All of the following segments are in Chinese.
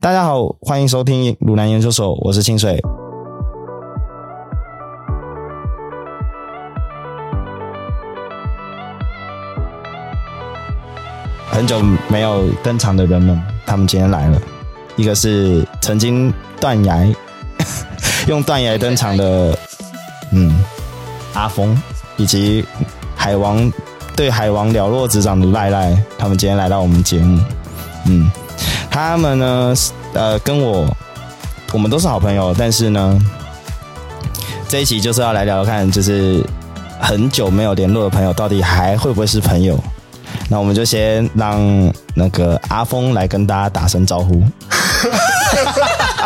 大家好，欢迎收听鲁南研究所，我是清水。很久没有登场的人们，他们今天来了。一个是曾经断崖， 用断崖登场的，嗯，阿峰，以及海王对海王了若指掌的赖赖，他们今天来到我们节目。嗯，他们呢，呃，跟我，我们都是好朋友，但是呢，这一期就是要来聊聊看，就是很久没有联络的朋友，到底还会不会是朋友？那我们就先让那个阿峰来跟大家打声招呼。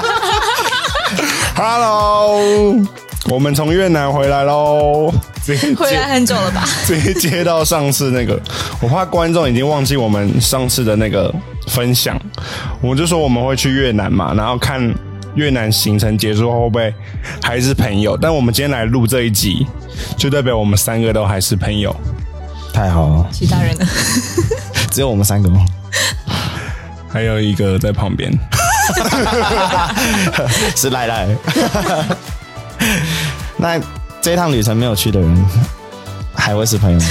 Hello，我们从越南回来喽。直接 回来很久 了吧？直接接到上次那个，我怕观众已经忘记我们上次的那个分享，我就说我们会去越南嘛，然后看越南行程结束后会不会还是朋友。但我们今天来录这一集，就代表我们三个都还是朋友。太好了，其他人呢？只有我们三个吗？还有一个在旁 边，是赖赖。 那这一趟旅程没有去的人，还会是朋 友吗？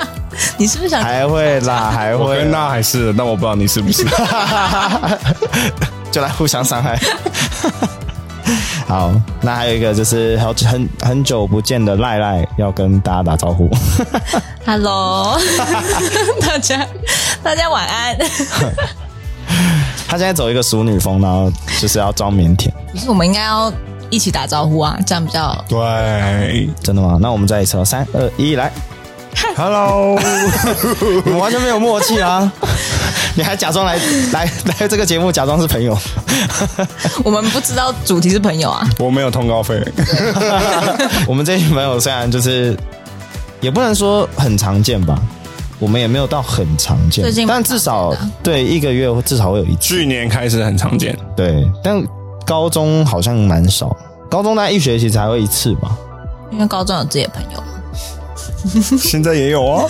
你是不是想？还会啦，还我会跟啦，那还是，但我不知道你是不 是。 就来互相伤害。 好，那还有一个就是好很很久不见的赖赖要跟大家打招呼。 Hello，大家大家晚安。他现在走一个熟女风，然后就是要装腼腆，不是，我们应该要一起打招呼啊，这样比较。对真的吗？那我们再一次哦，三二一，来！ ，Hello，你们完全没有默契啊！ 你还假装来来 来这个节目，假装是朋友。 我们不知道主题是朋友啊，我没有通告费。 我们这群朋友虽然就是也不能说很常见吧，我们也没有到很常见最近，蛮但至少常见对一个月至少会有一次。去年开始很常 见，对，但高中好像蛮少，高中大概一学期才会一次吧， 因为高中有自己的朋友。现在也有 哦。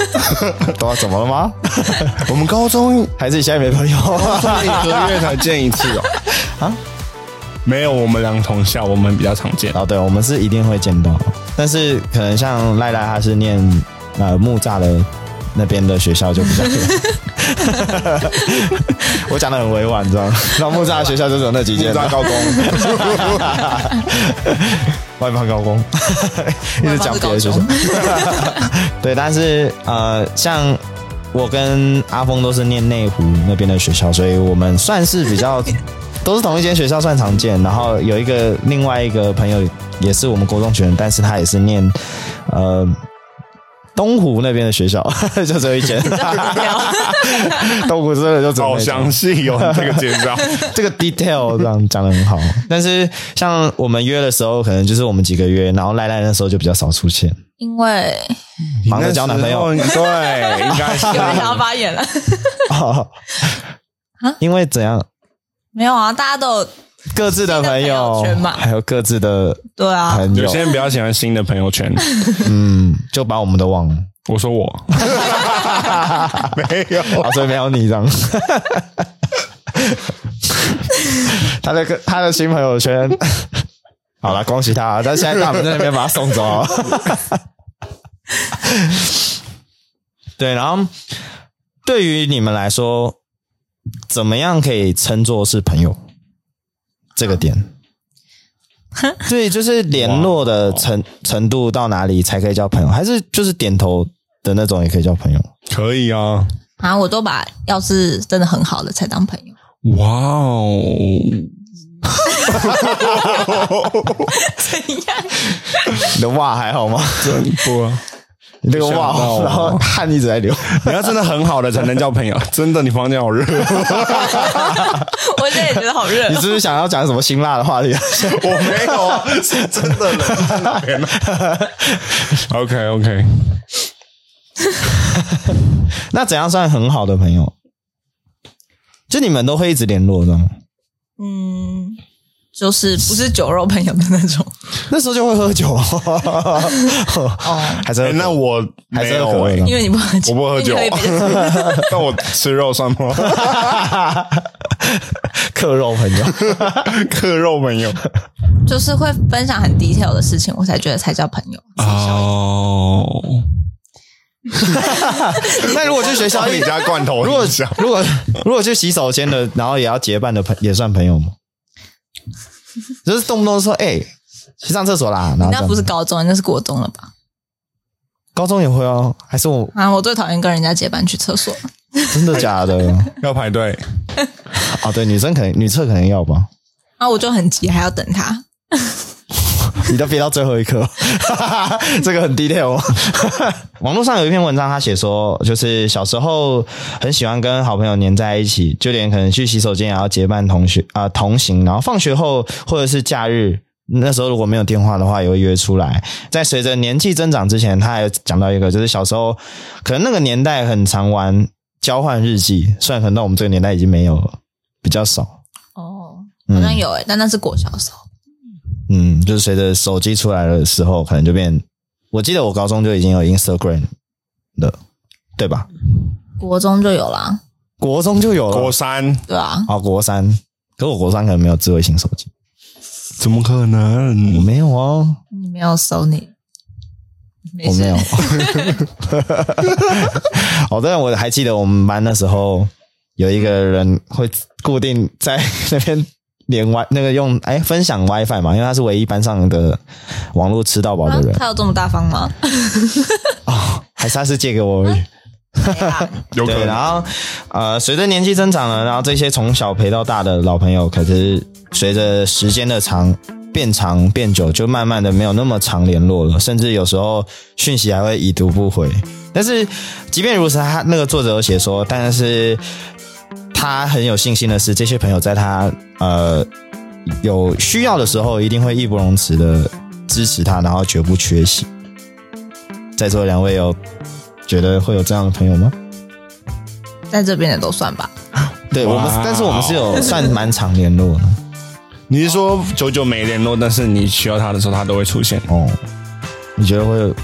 懂我怎么了吗？我们高中还是你现在没 朋友？一个月才见一次哦。啊啊？没有，我们两同校，我们比较常 见。哦，对，我们是一定会见到，但是可能像赖赖他是念呃木栅的那边的学校就不太一样。 我讲的很委婉，你知道吗？然后木栅的学校就只有那几间，啊木栅高工，外贸高工，一直讲别的学校外。 对，但是呃，像我跟阿峰都是念内湖那边的学校，所以我们算是比较都是同一间学校，算常见。然后有一个另外一个朋友也是我们国中学生，但是他也是念呃东湖那边的学校， 就只有一间。东湖真的就只有好那一间详细哦，这个介绍。这个 detail 这样讲的很好，但是像我们约的时候，可能就是我们几个约，然后赖赖那时候就比较少出现，因为忙着交男朋友。那时候对，应该是有人想要发言了，哦因为怎样， 没有啊？大家都有各自的朋友新的朋友圈嘛还有各自的对啊，朋有友些，人比较喜欢新的朋友圈。嗯，就把我们都忘了，我说我没有，啊，所以没有你这 样。他的个他的新朋友圈，好了，恭喜他啊！但现在大门在那边把他送走 啊。对，然后对于你们来说，怎么样可以称作是朋友？这个 点，对，就是联络的程程度到哪里才可以叫朋友？还是就是点头的那种也可以叫朋友？可以啊。啊，我都把要是真的很好的才当朋友。哇哦，怎样？你的袜还好吗？真不啊，你那个吓到袜，我然后汗一直在 流。你要真的很好的才能叫朋友。真的，你房间好热，我现在也觉得好热你是不是想要讲什么辛辣的 话题？我没有啊，是真的冷。OK OK，那怎样算很好的朋友？就你们都会一直联络的吗？嗯，就是不是酒肉朋友的那种。那时候就会喝 酒，哦，还是哎喝那我还没是喝有可哎乐。因为你不喝酒，我不喝酒因为你喝一杯就但我吃肉算吗？克肉朋 友，克肉朋友就是会分享很 detail 的事情，我才觉得才叫朋友。哦。那如果去学校你遇，家罐头，如果讲如果如果去洗手间的，然后也要结伴的朋也算朋友吗？就是动不动说哎、去上厕所啦，然后这那样不是高中，那是国中了吧？高中也会哦，还是我啊，我最讨厌跟人家结伴去厕所。真的假的？ 要排队，哦，对，女生可能女厕可能要吧，啊，我就很急，还要等他。 你都憋到最后一刻，这个很 detail 哦。 网络上有一篇文章，他写说，就是小时候很喜欢跟好朋友黏在一起，就连可能去洗手间也要结伴同学啊、同行，然后放学后或者是假日。那时候如果没有电话的话，也会约出来。在随着年纪增长之前，他还有讲到一个，就是小时候可能那个年代很常玩交换日记，虽然可能到我们这个年代已经没有了，比较少。哦，好像有诶、但那是国小的时候。嗯，就是随着手机出来的时候，可能就变。我记得我高中就已经有 Instagram 了，对吧？国中就有啦，国中就有了，国三对啊，好国三，可我国三可能没有智慧型手机，怎么可我能？没有哦，你没有收你，没我事没有。 哦，但我还记得我们班那时候有一个人会固定在那边连 Y 那个用哎分享 WiFi 嘛，因为他是唯一班上的网络吃到饱啊的人，他有这么大方吗？还是他是借给我而已。没啦有可对，然能后呃，随着年纪增长呢，然后这些从小陪到大的老朋友，可是随着时间的长变长变久，就慢慢的没有那么常联络了，甚至有时候讯息还会已读不回。但是即便如此，他那个作者有写说，但是他很有信心的是，这些朋友在他呃有需要的时候，一定会义不容辞的支持他，然后绝不缺席。在座两位有觉得会有这样的朋友吗？ 在这边的都算吧。对我们哇，但是我们是有算蛮常联络的你是说久久没联络，但是你需要他的时候，他都会出现？哦。你觉得会有？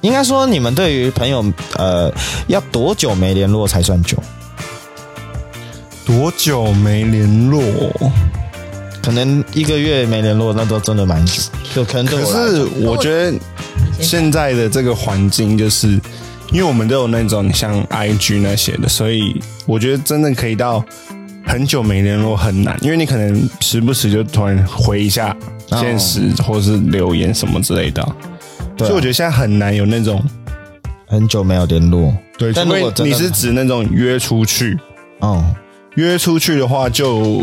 应该说，你们对于朋友，呃，要多久没联络才算久？多久没联络？可能一个月没联络，那都真的蛮久。就可能对可我来是说，我觉得现在的这个环境，就是因为我们都有那种像 IG 那些的，所以我觉得真的可以到很久没联络很难，因为你可能时不时就突然回一下哦现实或是留言什么之类的，啊对啊所以我觉得现在很难有那种很久没有联络，对，但除非如果真的你是指那种约出去，哦，约出去的话就。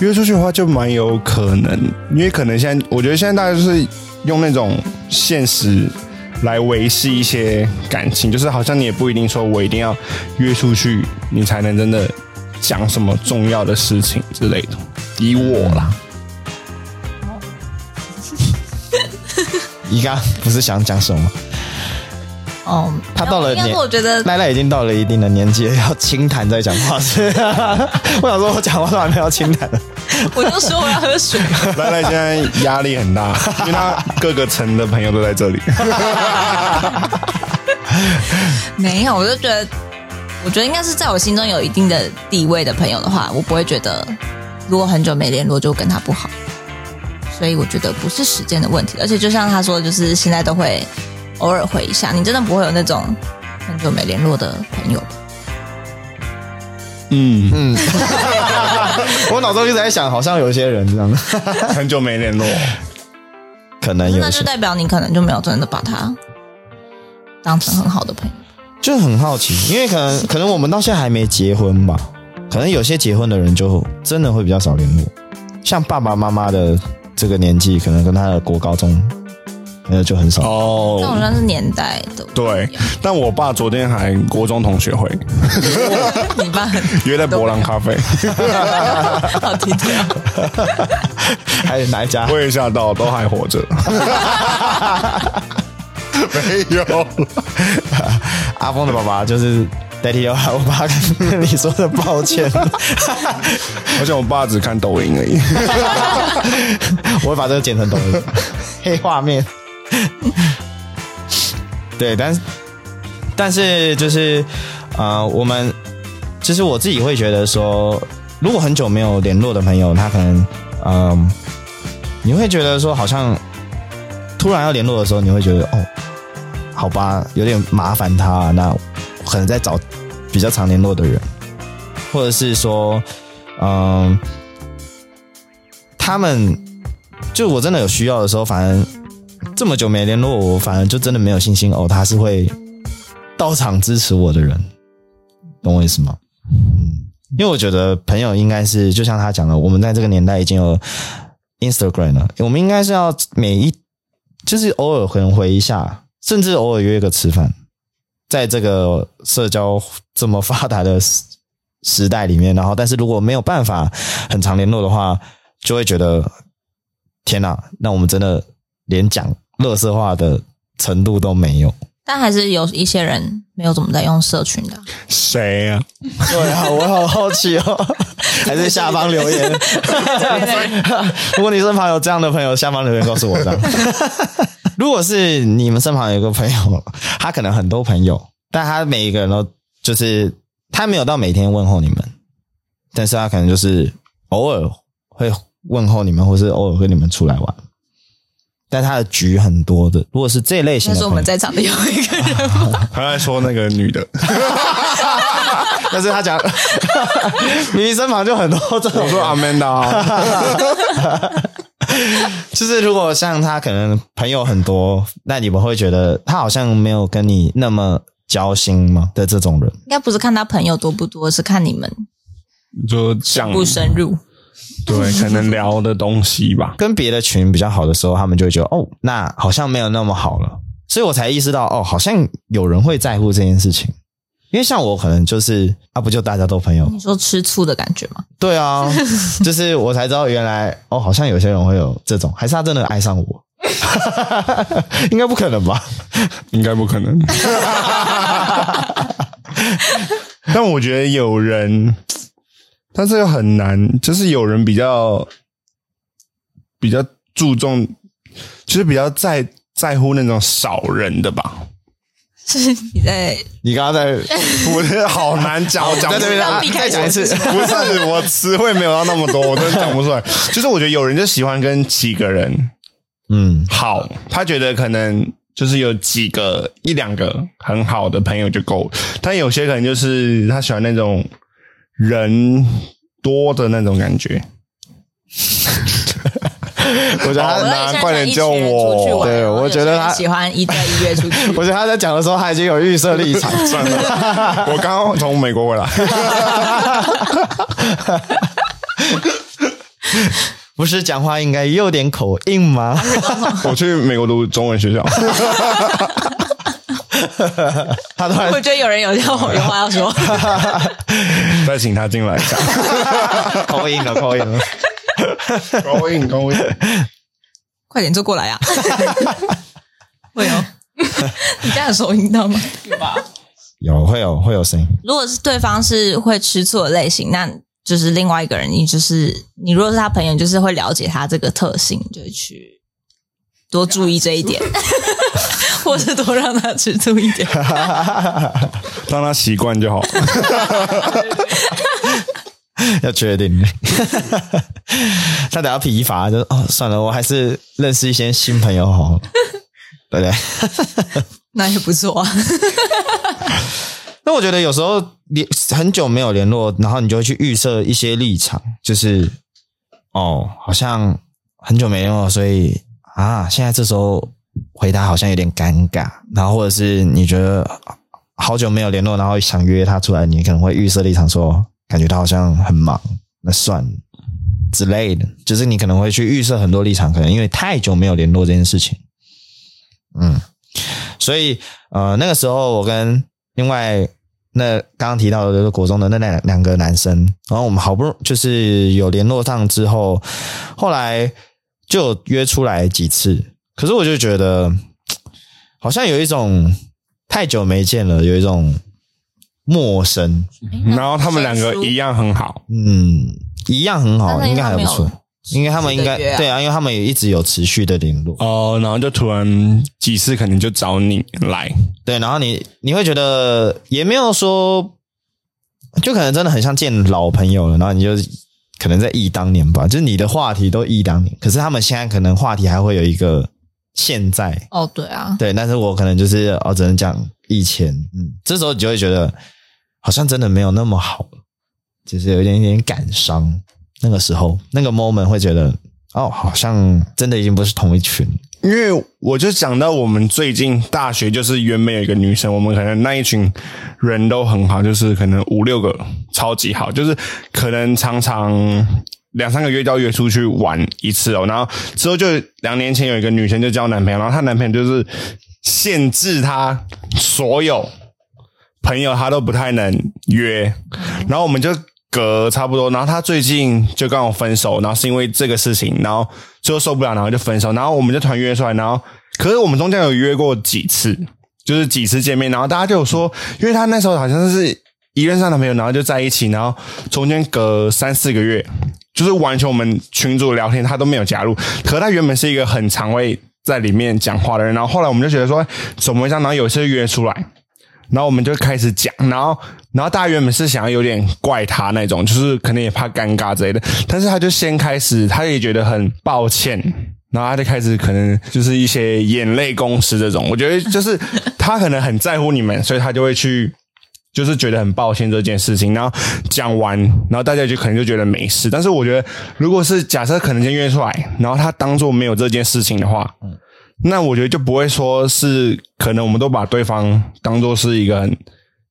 约出去的话就蛮有可能，因为可能现在我觉得现在大家就是用那种现实来维系一些感情，就是好像你也不一定说我一定要约出去，你才能真的讲什么重要的事情之类的。以我啦， 你刚刚不是想讲什么？哦，他到了应该年说我觉得赖赖已经到了一定的年纪，要轻谈再讲话。 是我想说，我讲话都还没有轻谈。我就说我要喝水，赖赖现在压力很大，因为他各个层的朋友都在 这里。没有，我就觉得，我觉得应该是在我心中有一定的地位的朋友的话，我不会觉得如果很久没联络就跟他不好，所以我觉得不是时间的问题，而且就像他说，就是现在都会偶尔回一下，你真的不会有那种很久没联络的朋友。嗯，我脑中一直在想，好像有一些人这样，很久没联络，可能有那些就代表你可能就没有真的把他当成很好的朋友。就很好奇，因为可能可能我们到现在还没结婚吧，可能有些结婚的人就真的会比较少联络，像爸爸妈妈的这个年纪，可能跟他的国高中，呃就很少。哦那种算是年代的，对，但我爸昨天还国中同学会你爸很 约在博朗咖啡，好低调。 还有哪一家？ 我也吓到，都还活着。 没有，阿峰的爸爸就是 Daddy 啊，我爸跟你说的抱歉，而且我爸只看抖音而已。 我会把这个剪成抖音黑画面。对，但是但是就是呃，我们就是我自己会觉得说，如果很久没有联络的朋友，他可能嗯，你会觉得说好像突然要联络的时候，你会觉得哦，好吧，有点麻烦他、那可能在找比较常联络的人，或者是说嗯，他们就我真的有需要的时候，反正这么久没联络我，反正就真的没有信心哦，他是会到场支持我的人，懂我意思吗？因为我觉得朋友应该是就像他讲的，我们在这个年代已经有 Instagram 了，我们应该是要每一就是偶尔可能回一下，甚至偶尔约个吃饭，在这个社交这么发达的时时代里面，然后但是如果没有办法很常联络的话，就会觉得天哪、那我们真的连讲乐色话的程度都没有。但还是有一些人没有怎么在用社群的，谁啊？对啊，我好好奇哦，还是下方留言。如果你身旁有这样的朋友，下方留言告诉我这样。如果是你们身旁有一个朋友，他可能很多朋友，但他每一个人都就是他没有到每天问候你们，但是他可能就是偶尔会问候你们，或是偶尔跟你们出来玩。但他的局很多的，如果是这类型那的是我朋友们，在场的有一个人吗，他在说那个女的，但是他讲，明明身旁就很多这种我说 Amanda，啊就是如果像他可能朋友很多，那你们会觉得他好像没有跟你那么交心吗？的这种人， 应该不是看他朋友多不多，是看你们 就讲不深入。对，可能聊的东西吧。跟别的群比较好的时候，他们就会觉得哦，那好像没有那么好了。所以我才意识到哦，好像有人会在乎这件事情。因为像我可能就是啊，不就大家都朋友你？说吃醋的感觉 吗？对啊，就是我才知道原来哦，好像有些人会有这种，还是他真的爱上我？ 应该不可能吧？应该不可能。 但我觉得有人，但这个很难，就是有人比较比较注重，就是比较在在乎那种少人的吧。是你在你刚刚在我觉得好难讲，我讲不在出这边哎要啊避开再讲一次，不是我词汇没有到那么多，我真的讲不出来。就是我觉得有人就喜欢跟几个人嗯好，他觉得可能就是有几个一两个很好的朋友就够了，但有些可能就是他喜欢那种人多的那种感 觉。我觉得他好难现在怪想人一群叫人我出去玩对然后我有觉些得人他喜欢一对一约出 去。我觉得他在讲的时候，他已经有预设立场。算了，我刚刚从美国 回来，不是讲话应该有点口音 吗？我去美国读中文学校，他突然我觉得有人有叫我有话要说， 再请他进来一下。口音了，口音了。高音高音，快点坐过来啊！ 会哦， 你家有收音到吗？有吧？有会有会有声音，如果是对方是会吃醋的类型，那就是另外一个人，你就是你如果是他朋友，你就是会了解他这个特性，你就会去多注意这 一点， 或是多让他吃醋一点。让他习惯就好。要确定。 他等下疲乏，就哦算了，我还是认识一些新朋友好了，对不对？那也不错啊，那我觉得有时候联很久没有联络，然后你就会去预设一些立场，就是哦，好像很久没联络，所以啊，现在这时候回答好像有点尴尬，然后或者是你觉得啊好久没有联络，然后想约他出来，你可能会预设立场说，感觉他好像很忙，那算了之类的，就是你可能会去预设很多立场，可能因为太久没有联络这件事情，嗯。所以呃，那个时候我跟另外那刚刚提到的国中的那两两个男生，然后我们好不容就是有联络上之后，后来就有约出来几次，可是我就觉得好像有一种太久没见了，有一种陌生， 然后他们两个一样很好，嗯，一样很好，但是应该还不错。因为他们应该持续地约啊对啊，因为他们也一直有持续的联络，哦，然后就突然几次可能就找你来，对，然后你你会觉得也没有说就可能真的很像见老朋友了，然后你就可能在忆当年吧，就是你的话题都忆当年，可是他们现在可能话题还会有一个现在，哦，对啊，对，但是我可能就是哦，只能讲以前，嗯，这时候你就会觉得好像真的没有那么好了，就是有一点点感伤。那个时候，那个 moment 会觉得哦，好像真的已经不是同一群，因为我就讲到我们最近大学，就是原本有一个女生，我们可能那一群人都很好，就是可能五六个超级好，就是可能常常两三个月就要约出去玩一次哦。然后之后就两年前有一个女生就交男朋友，然后她男朋友就是限制她所有朋友，她都不太能约，然后我们就。隔差不多，然后她最近就跟我分手，然后是因为这个事情，然后最后受不了，然后就分手，然后我们就团约出来，然后可是我们中间有约过几次，就是几次见面，然后大家就有说，因为她那时候好像是一任上男朋友，然后就在一起，然后中间隔三四个月，就是完全我们群主聊天她都没有加入，可是她原本是一个很常会在里面讲话的人，然后后来我们就觉得说怎么会这样，然后有一次约出来，然后我们就开始讲，然后然后大家原本是想要有点怪他那种，就是可能也怕尴尬之类的，但是他就先开始，他也觉得很抱歉，然后他就开始可能就是一些眼泪公司这种，我觉得就是他可能很在乎你们，所以他就会去。就是觉得很抱歉这件事情，然后讲完，然后大家就可能就觉得没事。但是我觉得，如果是假设可能先约出来，然后他当做没有这件事情的话，那我觉得就不会说是可能我们都把对方当做是一个很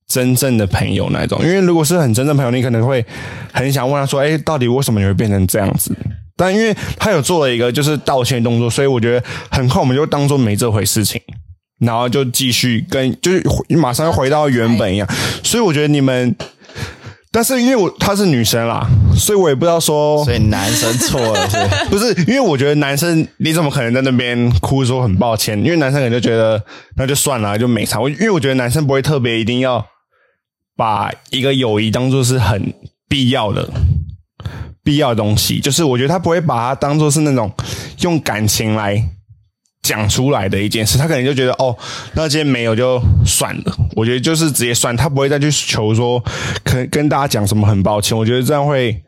真正的朋友那一种，因为如果是很真正朋友，你可能会很想问他说：“哎、到底为什么你会变成这样子？”但因为他有做了一个就是道歉动作，所以我觉得很快我们就当做没这回事情，然后就继续跟就是回马上又回到原本一样。所以我觉得你们，但是因为我她是女生啦，所以我也不知道说，所以男生错了是不是不是，因为我觉得男生你怎么可能在那边哭说很抱歉？因为男生可能就觉得那就算了，就没差。我因为我觉得男生不会特别一定要把一个友谊当做是很必要的必要的东西，就是我觉得他不会把它当做是那种用感情来讲出来的一件事，他可能就觉得哦，那今天没有就算了。我觉得就是直接算，他不会再去求说跟跟大家讲什么很抱歉。我觉得这样会。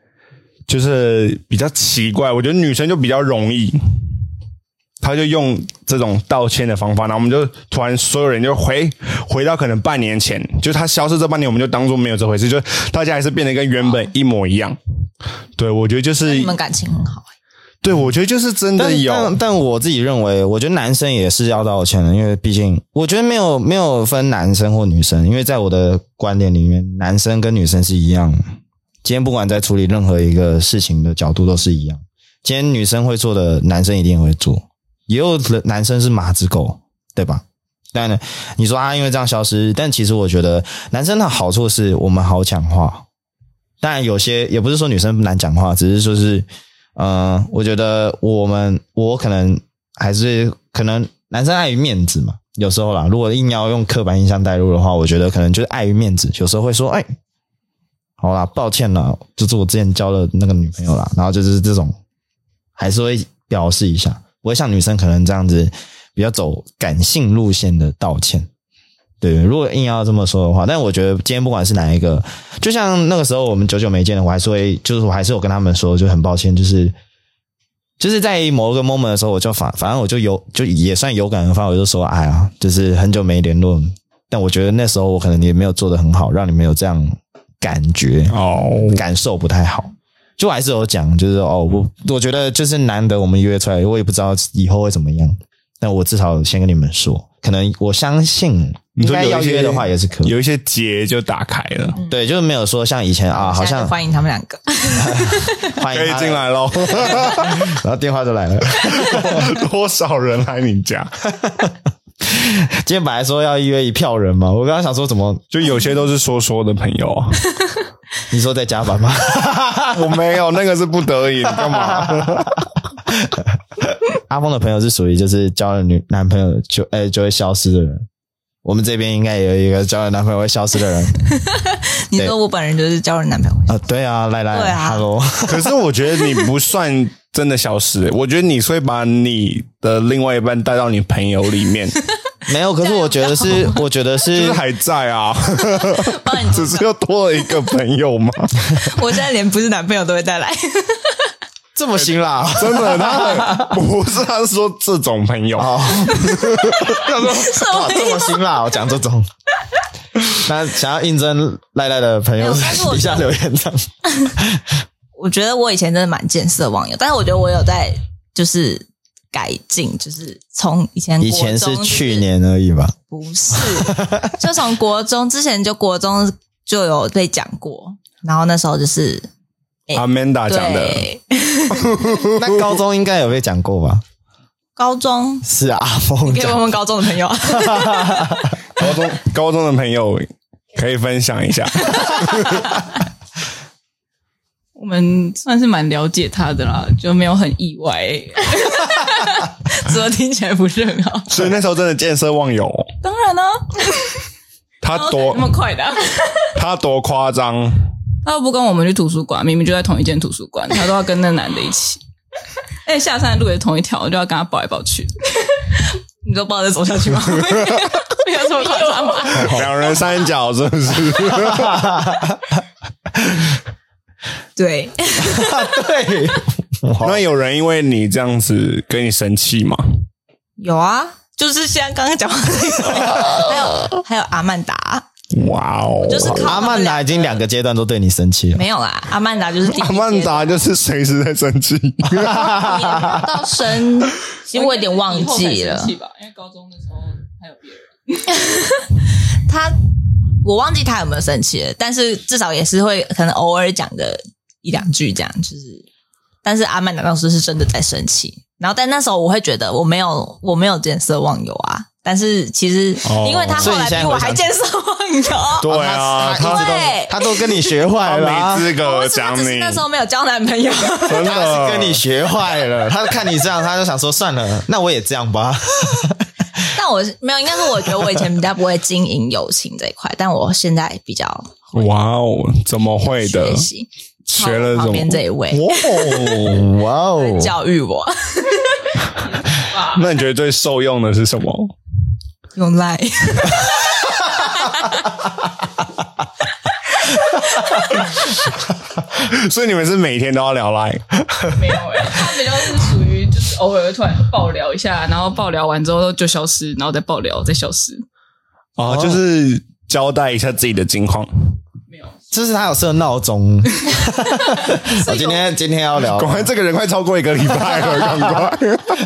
就是比较奇怪。我觉得女生就比较容易，她就用这种道歉的方法，然后我们就突然所有人就回回到可能半年前，就是她消失这半年，我们就当做没有这回事，就大家还是变得跟原本一模一样。对，我觉得就是你，们感情很好哎、对我觉得就是真的但有，但但我自己认为，我觉得男生也是要道歉的，因为毕竟我觉得没有没有分男生或女生，因为在我的观点里面，男生跟女生是一样的。今天不管在处理任何一个事情的角度都是一样，今天女生会做的，男生一定会做，也有的男生是马子狗，对吧？当然了，你说啊，因为这样消失，但其实我觉得男生的好处是我们好讲话，当然有些也不是说女生难讲话，只是说是，呃，我觉得我们我可能还是可能男生碍于面子嘛，有时候啦，如果硬要用刻板印象带入的话，我觉得可能就是碍于面子，有时候会说，哎、好啦，抱歉啦，就是我之前交了那个女朋友啦，然后就是这种，还是会表示一下，不会像女生可能这样子比较走感性路线的道歉。对，如果硬要这么说的话，但我觉得今天不管是哪一个，就像那个时候我们久久没见了，我还是会，就是我还是有跟他们说，就很抱歉，就是就是在某个 moment 的时候，我就反反正我就有就也算有感而发，我就说，哎呀，就是很久没联络，但我觉得那时候我可能也没有做的很好，让你们有这样感觉，哦，感受不太好。就我还是有讲，就是哦，我我觉得就是难得我们约出来，我也不知道以后会怎么样，但我至少先跟你们说，可能我相信你应说该有一要约些的话也是可以，有一些结就打开了，对，就是没有说像以前啊，好现在像就欢迎他们两个， 欢可迎以他哎进，来喽。然后电话就来了。 多少人来你家？今天本来说要约一票人嘛，我刚刚想说怎么就有些都是说说的朋友啊，你说在加班吗？ 我没有，那个是不得已，你干嘛？阿峰的朋友是属于就是交了女男朋友就哎、就会消失的人，我们这边应该也有一个交了男朋友会消失的人你说我本人就是交了男朋友，啊，对啊，赖赖对啊 h e l l o 可是我觉得你不算 真的消失、我觉得你是会把你的另外一半带到你朋友里面，没有，可是我觉得是，我觉得就是是，还在啊， 帮你只是又多了一个朋友嘛。我现在连不是男朋友都会带来，这么辛辣真的，他很不是他是说这种朋友，哦，他说什么意这么思？辛辣，我讲这种。 那想要应征赖赖的朋没友，有但是我底下留言这样。我觉得我以前真的蛮见色忘友，但是我觉得我有在就是改进，就是从以前以前是国中就是去年而已吧？不是，就从国中之前就国中就有被讲过，然后那时候就是，Amanda 讲的，对那高中应该有被讲过吧？高中，是啊，阿峰可以问讲，问高中的朋友，啊 高中高中的朋友可以分享一下，我们算是蛮了解他的啦，就没有很意外、 欸，怎么听起来不是很好？所以那时候真的见色忘友，当然呢、他哦啊，多那么快的啊、他多夸 张，他又不跟我们去图书馆，明明就在同一间图书馆，他都要跟那男的一 起。哎、下山的路也是同一条，我就要跟他抱来抱去， 你都不知道再走下 去吗？ 没有这么夸张 吧？两人三角是不 是？对， 对，那有人因为你这样子跟你生气吗？ 有啊，就是像刚刚讲的那个，还有还有阿曼达，哇哦，就是靠阿曼达已经两个阶段都对你生气了。没有啦，阿曼达就是第一阿曼阶段啊达就是随时在生气，到生，其实我有点忘记 了，吧，因为高中的时候还有别人。他我忘记他有没有生气了，但是至少也是会可能偶尔讲个一两句这样，就是，但是阿曼达当时是真的在生气，然后但那时候我会觉得我没有我没有见色忘友啊，但是其实、哦因为他后来比我还见色忘友， 对啊，哦他他他一直都对他都跟你学坏他了啊，没资格不哦是讲他只是你，那时候没有交男朋友， 真他的是跟你学坏了。他看你这样，他就想说算了，那我也这样 吧。但我是没有，应该是我觉得我以前比较不会经营友情这一块，但我现在比较哇哦，怎么会的学？习。学了旁边这种，一位哇哦，哇哦，教育我 那你觉得最受用的是什么？ 用赖。所以你们是每天都要聊 Line，没有哎、他比较是属于就是偶尔会突然爆聊一下，然后爆聊完之后就消失，然后再爆聊再消失。哦，就是交代一下自己的近况，哦没有，就是他有设闹 钟。我今天今天要聊 赶快这个人快超过一个礼拜了， 赶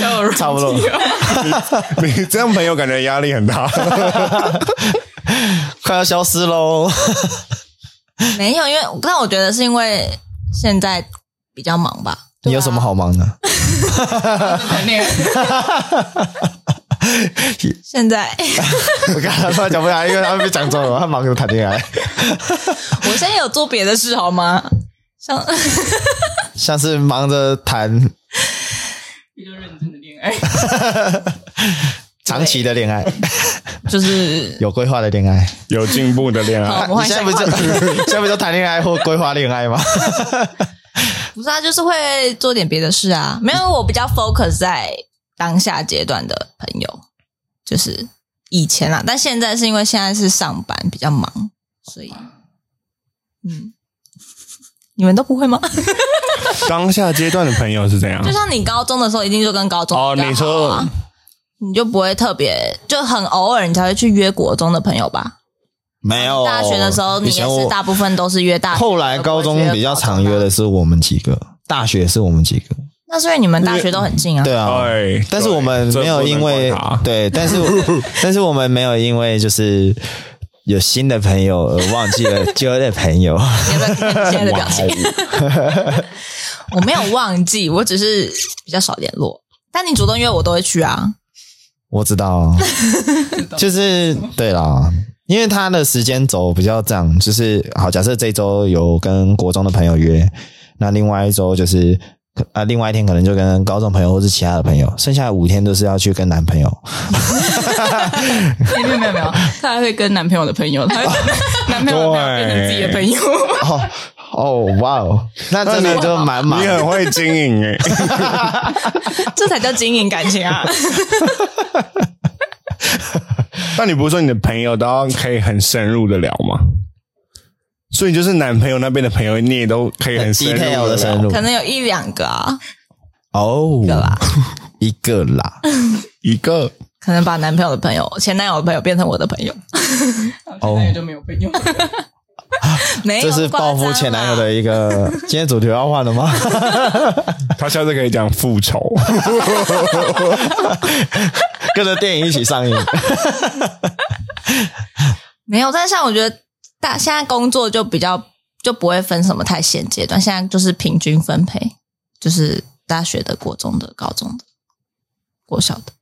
交友差不多，快，你这样朋友感觉压力很大，快要消失 喽。没有，因为但我觉得是因为现在比较忙吧。你有什么好忙啊的？谈恋爱。现在 我刚才突然讲不来，因为他被讲中了，他忙着谈恋爱，我现在有做别的事好吗？像 像是忙着谈比较认真的恋爱，长期的恋爱，就是有规划的恋爱。有进步的恋好爱我。们你换现在下一不个就话题 现在不就谈恋爱或规划恋爱吗？不是啊，就是会做点别的事啊。没有，我比较 focus 在当下阶段的朋友，就是以前啊，但现在是因为现在是上班比较忙，所以嗯，你们都不会吗？当下阶段的朋友是怎嗯样就？像你高中的时候，一定就跟高中哦，比较你好啊说你就不会特别，就很偶尔你才会去约国中的朋友吧？ 没有大学的时候你以前也我是大部分都是约大学，后来高中比较常约都不会高中啊，的是我们几个，大学是我们几个。那是因为你们大学都很近啊。对啊，哎对，但是我们对没有因为这不能怪他对，但是 但是我们没有因为就是有新的朋友而忘记了旧的朋 友。你有没有看你现在的表 情？我没有忘记，我只是比较少联络。但你主动约我都会去啊。我知道，啊就是对啦，因为他的时间轴比较这样，就是好，假设这周有跟国中的朋友约，那另外一周就是啊，另外一天可能就跟高中朋友或是其他的朋友，剩下的五天都是要去跟男朋友。没有没有没有，她还会跟男朋友的朋友，她会 跟男朋友的朋友变成自己的 朋友，哦哦，哇哦，那真的就蛮忙你。很会欸经营诶，这才叫经营感情啊！但你不是说你的朋友都要可以很深入的聊吗？所以就是男朋友那边的朋友，你也都可以很深入地聊 detail 的深入可能有一两个啊，哦，一个吧， 一个啦，一个。可能把男朋友的朋友、前男友的朋友变成我的朋友，哦那也就没有朋友。没有 啊这是报复前男友的一个。今天主题要换了吗？ 他下次可以讲复仇，跟着电影一起上 映。没有，但是像我觉得大现在工作就比较就不会分什么太现阶段，现在就是平均分配，就是大学的、国中的、高中的、国小的。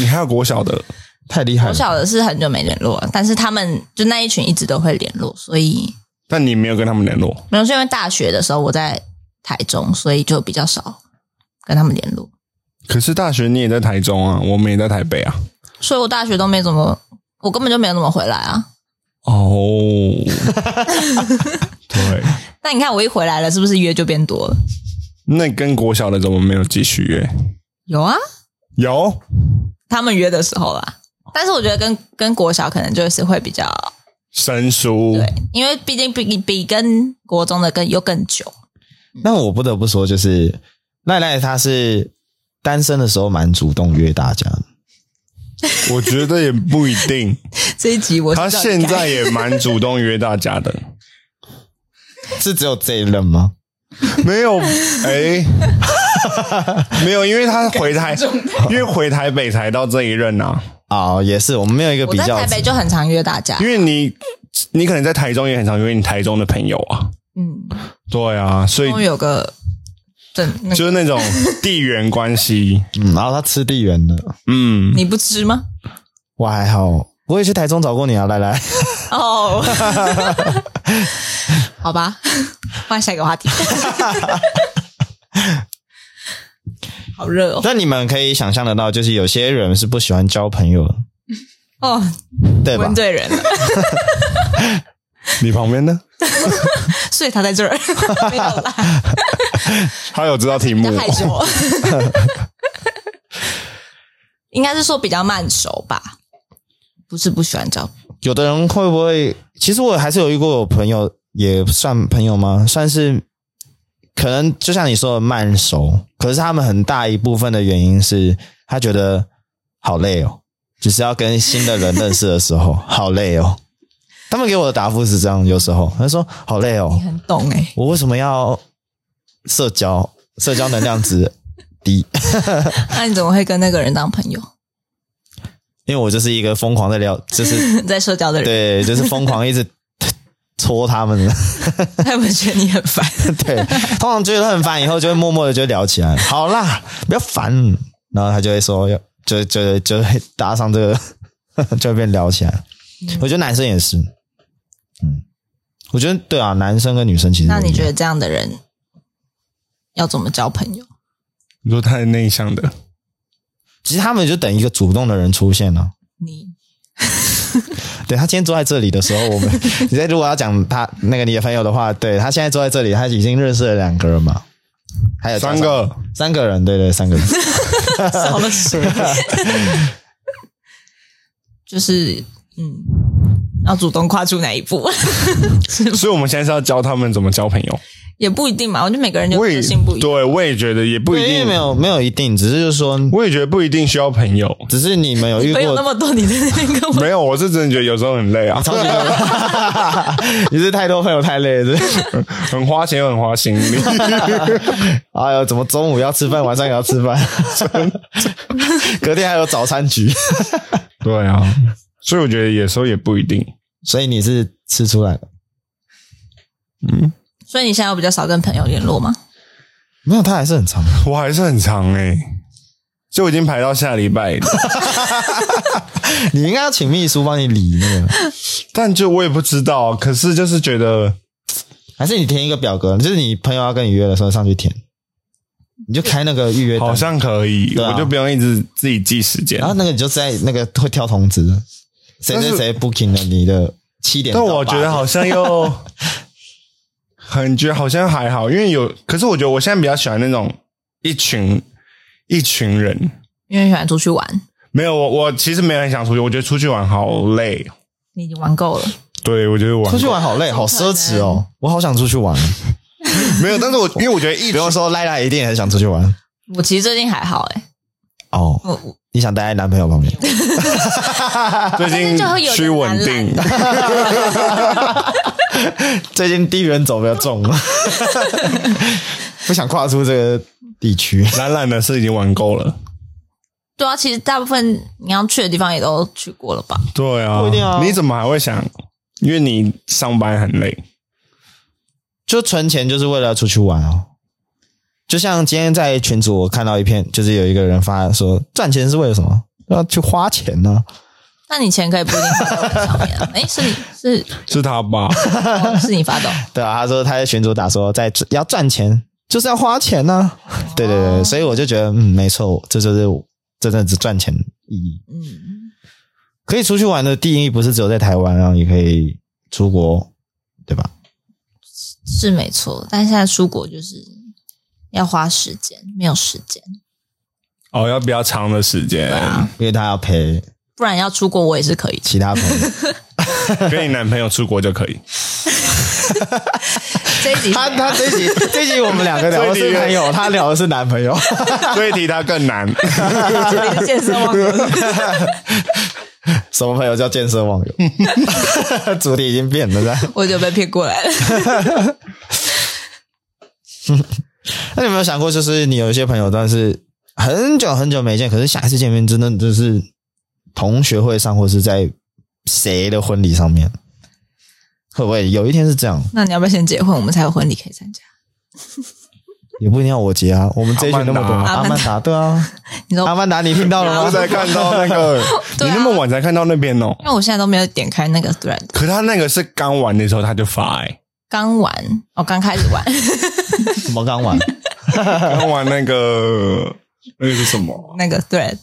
你还有国小的，太厉害国了！小的是很久没联络了，但是他们就那一群一直都会联络，所以但你没有跟他们联络。没有是因为大学的时候我在台中，所以就比较少跟他们联络，可是大学你也在台中啊，我们也在台北啊。所以我大学都没怎么，我根本就没有怎么回来啊。哦， 对，那你看我一回来了，是不是约就变多了？那你跟国小的怎么没有继续约？有啊，有，他们约的时候啦。但是我觉得跟跟国小可能就是会比较生疏对，因为毕竟比比跟国中的更又更久，那我不得不说，就是赖赖他是单身的时候蛮主动约大家的，我觉得也不一定。这一集 我他知道你现该在也蛮主动约大家 的，是只有这一任吗？没有，哎、 没有，因为他回台，因为回台北才到这一任啊。哦，也是，我们没有一个我比在较台值。北就很常约大家因，为你，你可能在台中也很常约你台中的朋友啊。嗯，对啊，所以终于有个正，那就是那种地缘关系。 嗯，然后他吃地缘的，嗯，你不 吃吗？我还好，我也去台中找过你啊，赖 赖。哦， 好吧，换下一个 话题。好热哦！但你们可以想象得到，就是有些人是不喜欢交朋友的，哦，对吧问？对人了，你旁边呢？所以他在这 儿没有啦，他有知道题比目较，害羞。 应该是说比较慢熟吧，不是不喜欢交有的人会不会？其实我还是有遇过有朋友，也算朋友吗？算是，可能就像你说的慢熟，可是他们很大一部分的原因是他觉得好累哦，就是要跟新的人认识的 时候好累哦。他们给我的答复是这样，有时候他说好累哦你，很懂哎、我为什么要社交？社交能量值 低，那你怎么会跟那个人当朋友？ 因为我就是一个疯狂的聊，就是在社交的对，人，就是疯狂一直戳他们的。他们觉得你很 烦。对，通常觉得很烦，以后就会默默的就聊起来。好啦，不要烦，然后他就会说，要就就就会搭上这个， 就会变聊起来。我觉得男生也是，嗯，我觉得对啊，男生跟女生其实那你不一样觉得这样的人要怎么交朋友？你说太内向的，其实他们就等一个主动的人出现了。你对他今天坐在这里的时候，我们 你在如果要讲他那个你的朋友的话，对他现在坐在这里，他已经认识了两个人嘛，还有加上三个三个人，对对，三个人。少了 谁？就是嗯，要主动跨出哪一步 所以我们现在是要教他们怎么交朋友。也不一定嘛。我觉得每个人就我也个性不一样。对，我也觉得也 不一对因为定没，有没有一定，只是就是说，我也觉得不一定需要朋 友。只是你们有遇朋友那过，么多，你在那边跟我没有，我是真的觉得有时候很累啊，超级多 你是太多朋友太累了。 是不是 很花钱又很花心力。 哎呦，怎么中午要吃饭，晚上也要吃饭， 隔天还有早餐局，对啊，所以我觉得有时候也不一定。所以你是吃出来的？所以你现在有比较少跟朋友联络吗？没有，他还是很长。我还是很长哎、就已经排到下礼拜 了，你应该要请秘书帮你理那个，但就我也不知道。啊可是就是觉得，还是你填一个表格，就是你朋友要跟你约的时候上去填，你就开那个预约单好，像可以，对啊我就不用一直自己记时间然。后那个你就在那个会跳通知，谁谁谁 booking 了你的七点到但八点，我觉得好像又 很觉得好像还好，因为有，可是我觉得我现在比较喜欢那种一群一群人，因为喜欢出去玩，没有，我我其实没有很想出去，我觉得出去玩好累。你已经玩够了，对，我觉得玩出去玩好累，好奢侈哦！我好想出去玩，没有，但是我因为我觉得一不直用说，赖赖一定也很想出去玩我其实最近还好哎、哦。我我你想待在男朋友旁 边？最近就会有点趋稳定，最近地缘走比较重，不想跨出这个地区。懒懒的是已经玩够了。对啊，其实大部分你要去的地方也都去过了吧？对啊，不一定啊你怎么还会想？因为你上班很累，就存钱就是为了要出去玩哦。就像今天在群组我看到一篇，就是有一个人发说，赚钱是为了什么？要去花钱呢、那你钱可以不一定花在我们上面、啊。哎、是你是、是他吧？哦是你发的哦、对啊，他说他在群主打说在要赚钱，就是要花钱呢、对对对，所以我就觉得嗯，没错，这就是我真正只赚钱的意义。嗯，可以出去玩的定义不是只有在台湾啊，也可以出国，对吧？是没错。但现在出国就是要花时间，没有时间， 哦，要比较长的时间，因为他要陪不然要出国我也是可以去。其他 朋友。跟你男朋友出国就可以。这一集他他这一集这一集我们两个 聊的是朋友，他聊的是男朋友。 这一题他更难，这是健身网友，什么朋友叫健身网友？ 主题已经变了，是吧 我就被骗过来了。那你有没有想过，就是你有一些朋友，但是很久很久没见，可是下一次见面，真的就是同学会上，或是在谁的婚礼上面，会不会有一天是这样？那你要不要先结婚，我们才有婚礼可以参加？也不一定要我结啊，我们这一群那么多，阿阿曼达哦曼达，对啊，你说阿，曼达，你听到了我吗？才看到那个，对你啊那么晚才看到那边哦。因为我现在都没有点开那个 thread，可他那个是刚玩的时候他就发哎、刚玩，我、刚开始玩， 什么刚完？刚玩那个那个是什么那个 thread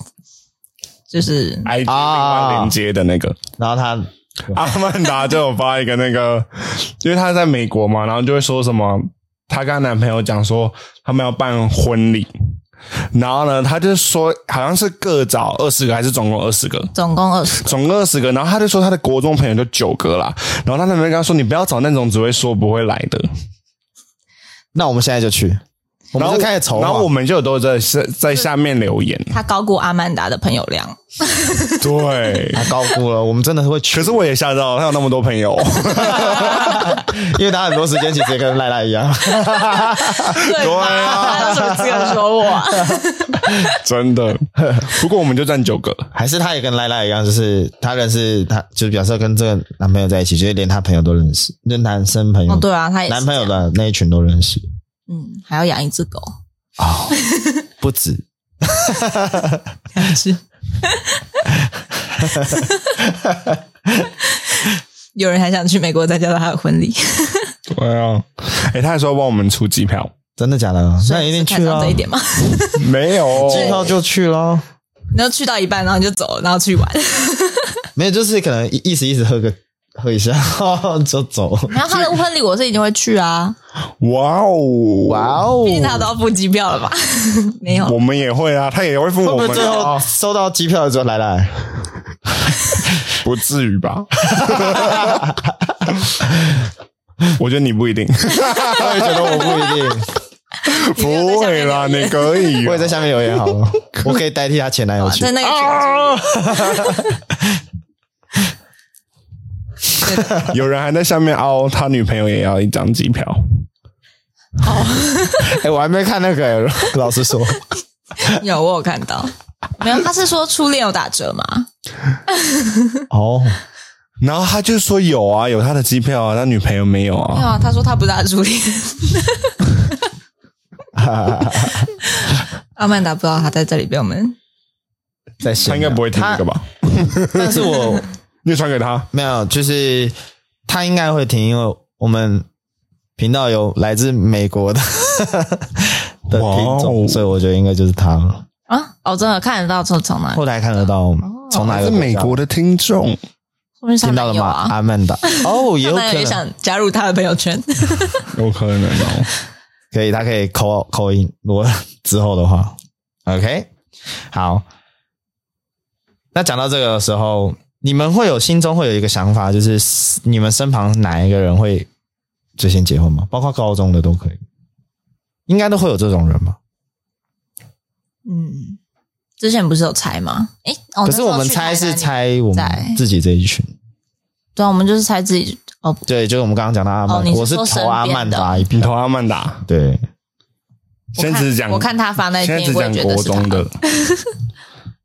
就是？I 啊连接的那个然后他 阿曼达就有发一个那个，因为她在美国嘛，然后就会说什么，她跟她男朋友讲说他们要办婚礼，然后呢，她就说好像是各找二十个还是总共二十个，总共二十，总共二十个，然后她就说她的国中朋友就九个啦，然后她男朋友跟她说你不要找那种只会说不会来的，那我们现在就去，我然们后就开始筹划。然后我们就有都在在在下面留言，他高过阿曼达的朋友量， 对。他高估了，我们真的是会去可，是我也吓到，她有那么多朋友， 因为他很多时间其实也跟赖赖一样。对对吧？啊他有什么资格说我、啊？真的。 不过我们就占九个，还是她也跟赖赖一样，就是她认识她，就是表示跟这个男朋友在一起，就是连她朋友都认识，就男生朋友， 哦，对啊，他也是男朋友的那一群都认识嗯，还要养一只狗，哦，不止。两只。 有人还想去美国参加他的婚礼，对啊，哎、他还说帮我们出机票，真的假的？那一定 去看啊上！这一点吗？没有哦，机票就去咯。然后去到一半，然后你就走了，然后去玩。没有，就是可能意思意思喝个喝一下 就走。然后他的婚礼我是一定会去啊，哇哦，哇哦！毕竟他都要付机票了吧？ 没有，我们也会啊，他也会付会我不会们最后啊，收到机票的时候，赖赖不至于吧？ 我觉得你不一定，我也觉得我不一 定。不会啦，你可以啊，我也在下面留言好了，我可以代替她前男友去在。那个 群啊，对的有人还在下面凹，他女朋友也要一张机票，哦哎、我还没看那个、老实说，有我有看到，没有？他是说初恋有打折吗？ 哦，然后他就说有啊，有他的机票啊，他女朋友没有哦没有啊，啊，他说他不是他的初恋。阿曼达不知道他在这里被我们， 在啊闲聊他应该不会听这个吧？ 但是我你传给他，没有，就是他应该会听，因为我们频道有来自美 国的的听哇众，哦所以我觉得应该就是他了。啊，哦，真的看得到从从哪里，后台看得到从哪还个是国家哦美国的听众，说明是他听到男了友吗？啊，阿曼达哦，也他有男友可也能想加入他的朋 友圈，有可能哦。可以，他可以扣扣音。如果之后的话，OK，好。那讲到这个的时候，你们会有心中会有一个想法，就是你们身旁哪一个人会最先结婚吗？包括高中的都可以，应该都会有这种人吧？嗯，之前不是有猜吗？诶，哦，可是我们猜那时候是去台猜南我们自己这一群，对啊，我们就是猜自己哦，对，就是我们刚刚讲到阿曼，哦你是我是说身投阿边曼的达一你票，投阿曼达，对，我先看只讲，我看他发那一现在篇只我讲也觉得国是他中 的。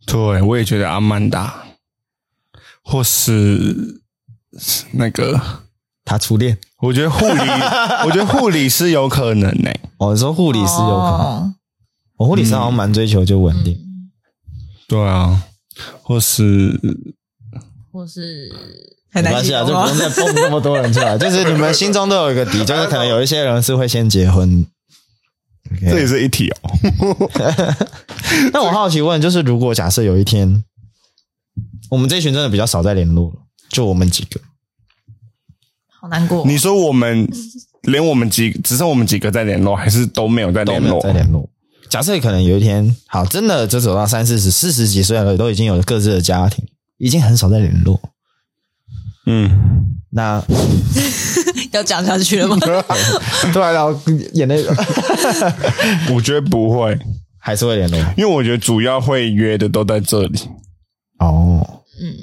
对，我也觉得阿曼达，或是那个，他初恋。我觉得护 理，我觉得护理师有可能欸呢、哦，你说护理师有可能，哦我护理师好像蛮追求就稳定，对啊，或是或是很没难关系啊，形就容不哦用再蹦那么多人出 来。就是你们心中都有一个底，就是可能有一些人是会先结婚。OK 这也是一题哦。那我好奇问，就是如果假设有一天，我们这群真的比较少在联络了，就我们几个，好难过。你说我们连我们几只剩我们几个在联络，还是都没有在都联没有络？在联络。假设可能有一天，好，真的就走到三四十、四十几岁了，都已经有各自的家庭，已经很少在联络。嗯，那要讲下去了吗？突然聊眼泪我觉得不会， 还是会联络因为我觉得主要会约的都在这里。哦。嗯，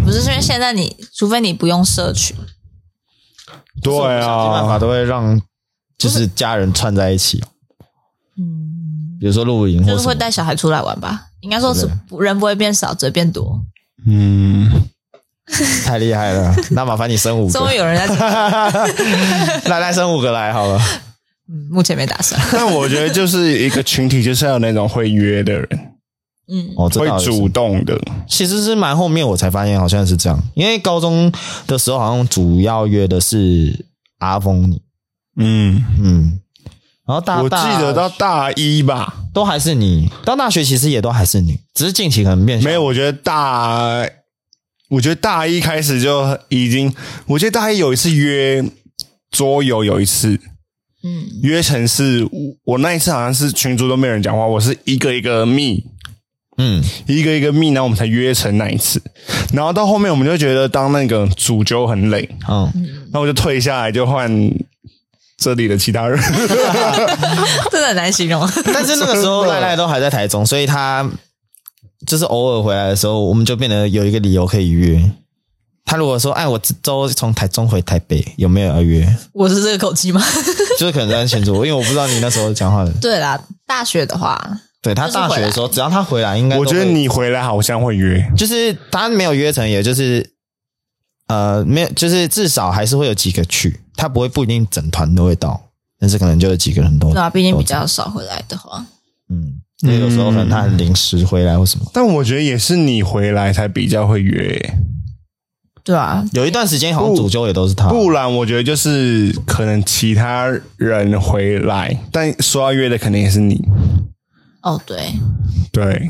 嗯 不，是，是因为现在你，除非你不用社群，对想尽办法啊，都会让就是家人串在一起，嗯，比如说露营或就是什会么带小孩出来玩吧。应该说是不人不会变少，只会变多。嗯，太厉害 了。那麻烦你生五个，终于有人在，来来生五个来好了。嗯目前没打 算。 但我觉得就是一个群体，就是要有那种会约的人，嗯，哦，这会倒是主动的。其实是蛮后面我才发现好像是这样，因为高中的时候好像主要约的是阿峰你，嗯，嗯，然后大我记得到大一吧，都还是你，到大学其实也都还是你，只是近期可能变小没有，我觉得大，我觉得大一开始就已经，我记得大一有一次约桌游，有一次，嗯，约成是，我那一次好像是群主都没有人讲话，我是一个一个密，嗯，一个一个密，然后我们才约成那一次，然后到后面我们就觉得当那个主揪很累，嗯，那我就退下来，就换这里的其他人。真的很难形容。 但是那个时候赖赖都还在台中，所以他就是偶尔回来的时候，我们就变得有一个理由可以约。他如果说，哎，我这周从台中回台北，有没有要约？我是这个口气吗？就是可能在群主，因为我不知道你那时候讲话的。对啦，大学的话，对他大学的时候，只要他回来，应该我都觉得会你回来好像会约，就是他没有约成，也就是呃，没有，就是至少还是会有几个去，他不会不一定整团都会到，但是可能就有几个人都对啊，毕竟比较少回来的话，嗯，因为有时候可能他很临时回来或什么。但我觉得也是你回来才比较会约、对啊，有一段时间好像不主揪也都是他，不然我觉得就是可能其他人回来，但说要约的肯定也是你。哦对，对，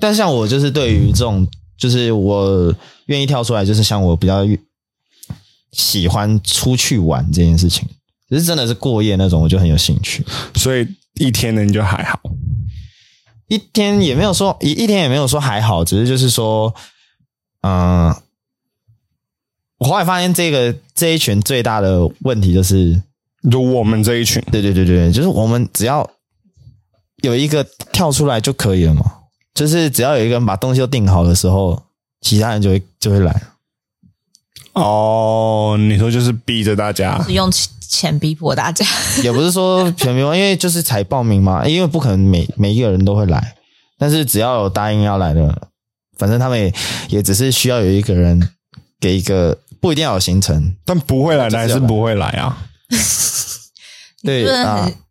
但像我就是对于这种，就是我愿意跳出来，就是像我比较喜欢出去玩这件事情，只是真的是过夜那种，我就很有兴趣。所以一天的你就还好。一天也没有说一一天也没有说还好，只是就是说，嗯、我后来发现这个这一群最大的问题就是，就我们这一群，对对对对，对就是我们只要有一个跳出来就可以了嘛，就是只要有一个人把东西都定好的时候，其他人就会就会来。哦，你说就是逼着大家是用钱钱逼迫 大家。也不是说全民，因为就是才报名嘛，因为不可能每每一个人都会来，但是只要有答应要来的，反正他们也也只是需要有一个人给一个，不一定要有行程，但不会来的还就是是要来不会来啊？对就是很啊，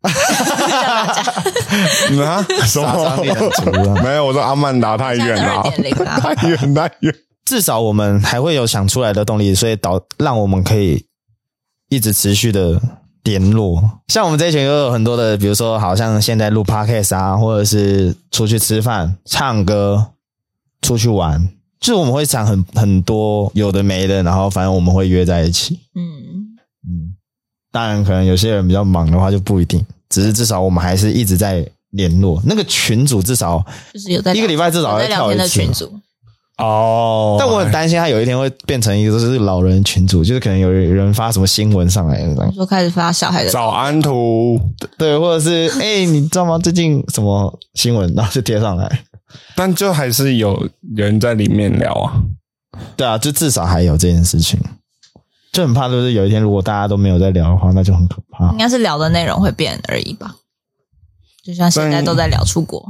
啊？什杀伤力很么？足啊。没有，我说阿曼达太远了 二啊，点零啊， 太远太远。至少我们还会有想出来的动力，所以导让我们可以一直持续的联络。像我们这一群又有很多的，比如说，好像现在录 podcast 啊，或者是出去吃饭、唱歌、出去玩，就是我们会想很很多有的没的，然后反正我们会约在一起。嗯，嗯，当然可能有些人比较忙的话就不一定，只是至少我们还是一直在联络。那个群组至少就是有在一个礼拜至少有要在聊跳一天的次群嘛组，哦，但我很担心他有一天会变成一个就是老人群组，就是可能有人发什么新闻上来那种 你，说开始发小孩的，早安图，对，或者是哎、你知道吗？最近什么新闻，然后就贴上来。但就还是有人在里面聊啊。对啊，就至少还有这件事情，就很怕，就是有一天如果大家都没有在聊的话，那就很可怕 应。该是聊的内容会变而已吧。就像现在都在聊出国，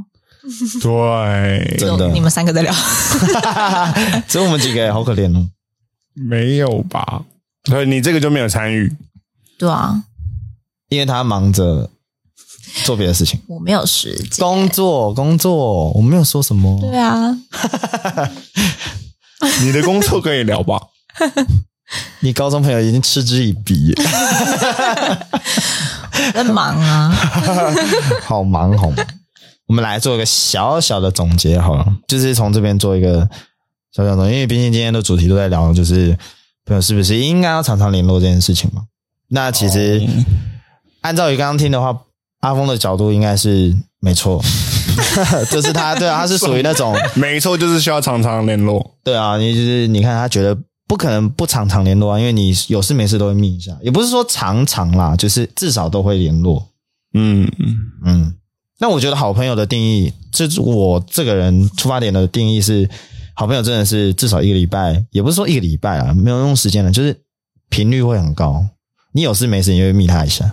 对，只有真的你们三个在聊， 只有我们几个好可怜哦。没有吧？所以你这个就没有参与。对啊，因为他忙着做别的事情，我没有时间，工作工作，我没有说什么对。啊，你的工作可以聊吧？你高中朋友已经嗤之以鼻，我在 忙啊，好忙好忙。我们来做一个小小的总结好了，就是从这边做一个小小总结，因为毕竟今天的主题都在聊，就是朋友是不是应该要常常联络这件事情嘛？那其实、按照你刚刚听的话，阿峰的角度应该是没错，就是他对啊，他是属于那种没错，就是需要常常联络。对啊，你就是你看他觉得不可能不常常联络啊，因为你有事没事都会密一下，也不是说常常啦，就是至少都会联络。嗯，嗯，那我觉得好朋友的定义，这是我这个人出发点的定义是，好朋友真的是至少一个礼拜，也不是说一个礼拜啊，没有用时间了，就是频率会很高。你有事没事你就会密他一下，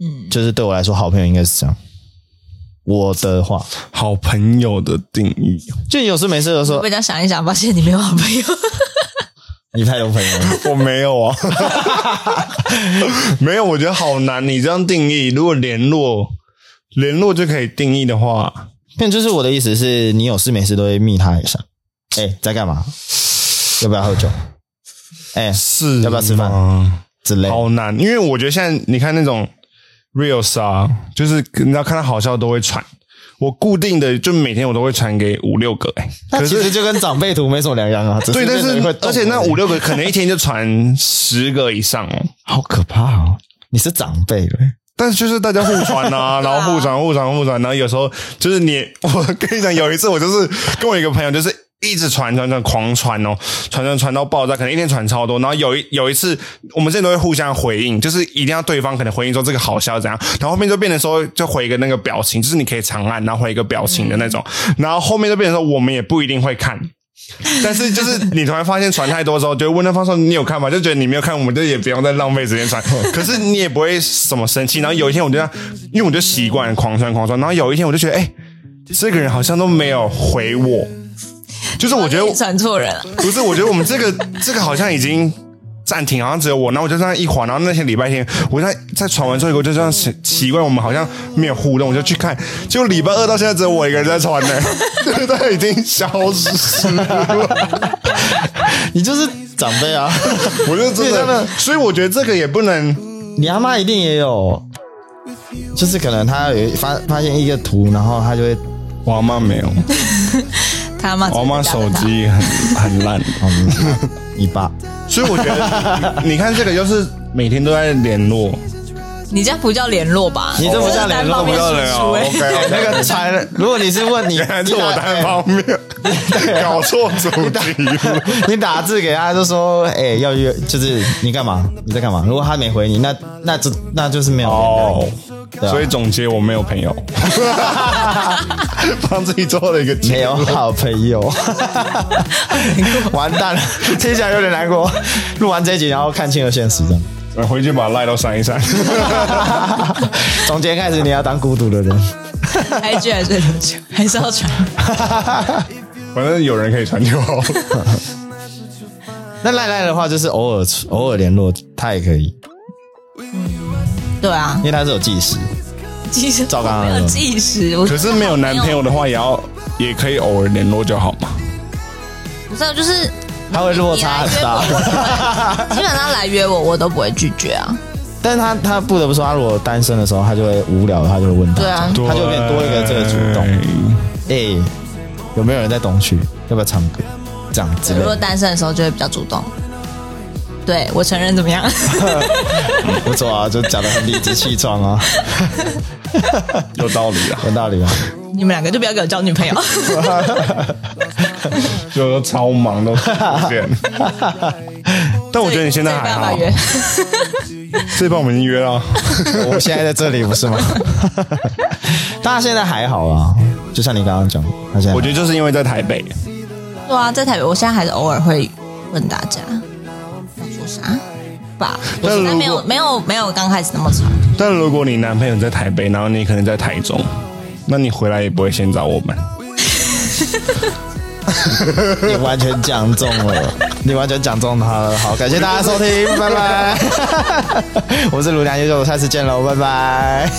嗯，就是对我来说，好朋友应该是这样。我的话，好朋友的定义，就你有事没事的时候我，这样想一想，发现你没有好朋友，你太有朋友了。我没有啊， 没有，我觉得好难。你这样定义，如果联络联络就可以定义的话，但就是我的意思是，你有事没事都会密他一下。哎、在干嘛？要不要喝酒？哎、是要不要吃饭吗之类。好难，因为我觉得现在你看那种 reels 啊，就是你要看到好笑都会传。我固定的就每天我都会传给五六个、欸，那其实就跟长辈图没什么两样啊。只对，但变得会是动而且那已五六个可能一天就传十个以上哦。好可怕哦！你是长辈了，但是就是大家互传啊，然后互传、互传、互传，然后有时候就是你， 我跟你讲，有一次我就是跟我一个朋友，就是一直传传传，狂传哦，传传传到爆炸，可能一天传超多。然后有一有一次，我们之前都会互相回应，就是一定要对方可能回应说这个好笑怎样，然后后面就变成说就回一个那个表情，就是你可以长按，然后回一个表情的那种，然后后面就变成说我们也不一定会看。但是就是你突然发现传太多之后，就会问对方说你有看吗？就觉得你没有看，我们就也不用再浪费时间传。可是你也不会什么生气。然后有一天我就这样，因为我就习惯狂传狂传，然后有一天我就觉得，哎、这个人好像都没有回我，就是我觉得 你传错人了，不是，我觉得我们这个这个好像已经暂停，好像只有我。然后我就这样一滑，然后那天礼拜天，我在在传完之后，我就这样奇奇怪，我们好像没有互动，我就去看，结果礼拜二到现在只有我一个人在传呢、 就是他已经消失了。你就是长辈啊！我就真的，所以我觉得这个也不能， 你阿妈一定也有，就是可能她有发发现一个图，然后她就会我妈没有，他妈，我妈手，机很很烂，嗯，你 爸所以我觉得你你看这个就是每天都在联络， 你这样不叫联络吧？你这不叫联络我不叫联络我哦 OK，OK 那个才，如果你是问 你，原来是我单方面搞错主题了。你打字给他就说，哎、要约，就是你干嘛？你在干嘛？如果他没回你，那那就那就是没有 哦，对啊所以总结我没有朋 友，帮自己做了一个没结有论。好朋 友，完蛋了，听起来有点难过。录完这一集，然后看清了现实，这 样。我回去把赖都删一 删。从今天开始，你要当孤独的人。 IG 还是留 着，还是要传。反正有人可以传就好。那赖赖的话，就是偶尔偶尔联络，他也可以，对啊因，为他是有计时。计时照刚刚没的有计时，我可是没有男朋友的话，也要也可以偶尔联络就好嘛。不是啊就是他会落差很大你来约我我都会基本上来约我，我都不会拒绝啊。但是他他不得不说，他如果单身的时候，他就会无聊，他就会问他，对啊，他就变多一个这个主动。哎、有没有人在东区？要不要唱歌？这样之类如 果的。单身的时候就会比较主动。对我承认怎 么样？不错啊，就讲的很理直气壮 啊，有道理啊。有道理啊。 你们两个就不要给我交女朋友。就都超忙，都不见。但我觉得你现在还好，这一半我们已经约了。我现在在这里不 是吗？大家现在还好啊，就像你刚刚讲，他现在我觉得就是因为在台北，对啊，在台北，我现在还是偶尔会问大家要做啥吧，但但如果没有没有没有刚开始那么长。但如果你男朋友在台北，然后你可能在台中，那你回来也不会先找我们。你完全讲中 了，你完全讲中他了。好，感谢大家 收听，拜拜。我是卢良优秀，下次见喽，拜拜。